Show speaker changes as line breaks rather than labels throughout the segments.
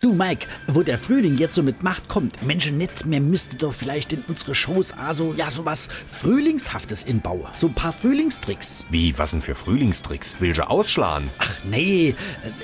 Du, Mike, wo der Frühling jetzt so mit Macht kommt, Menschen nicht mehr müsste doch vielleicht in unsere Shows also ja sowas Frühlingshaftes inbauen. So ein paar Frühlingstricks.
Wie, was denn für Frühlingstricks? Will sie ausschlagen?
Nee,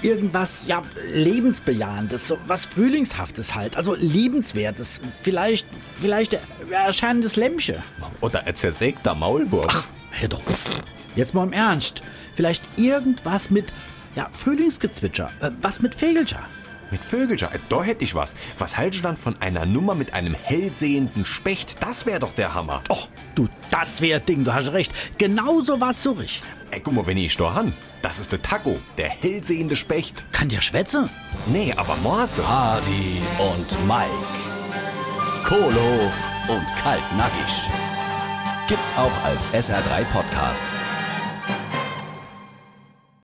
äh, irgendwas, ja, lebensbejahendes, so was Frühlingshaftes halt, also liebenswertes, vielleicht, vielleicht äh, erscheinendes Lämmchen.
Oder ein zersägter Maulwurf?
Hör doch auf. Jetzt mal im Ernst. Vielleicht irgendwas mit, ja, Frühlingsgezwitscher, äh, was mit Fegelcher.
Mit Vögelchen, äh, da hätte ich was. Was haltest du dann von einer Nummer mit einem hellsehenden Specht? Das wäre doch der Hammer.
Och, Oh, du, das wär Ding, du hast recht. Genau so was such ich.
Ey, guck mal, wenn ich da han. Das ist der Taco, der hellsehende Specht.
Kann der schwätze?
Nee, aber Maße.
Hardy und Mike, Kohlehof und Kaltnackig. Gibt's auch als SR3 Podcast.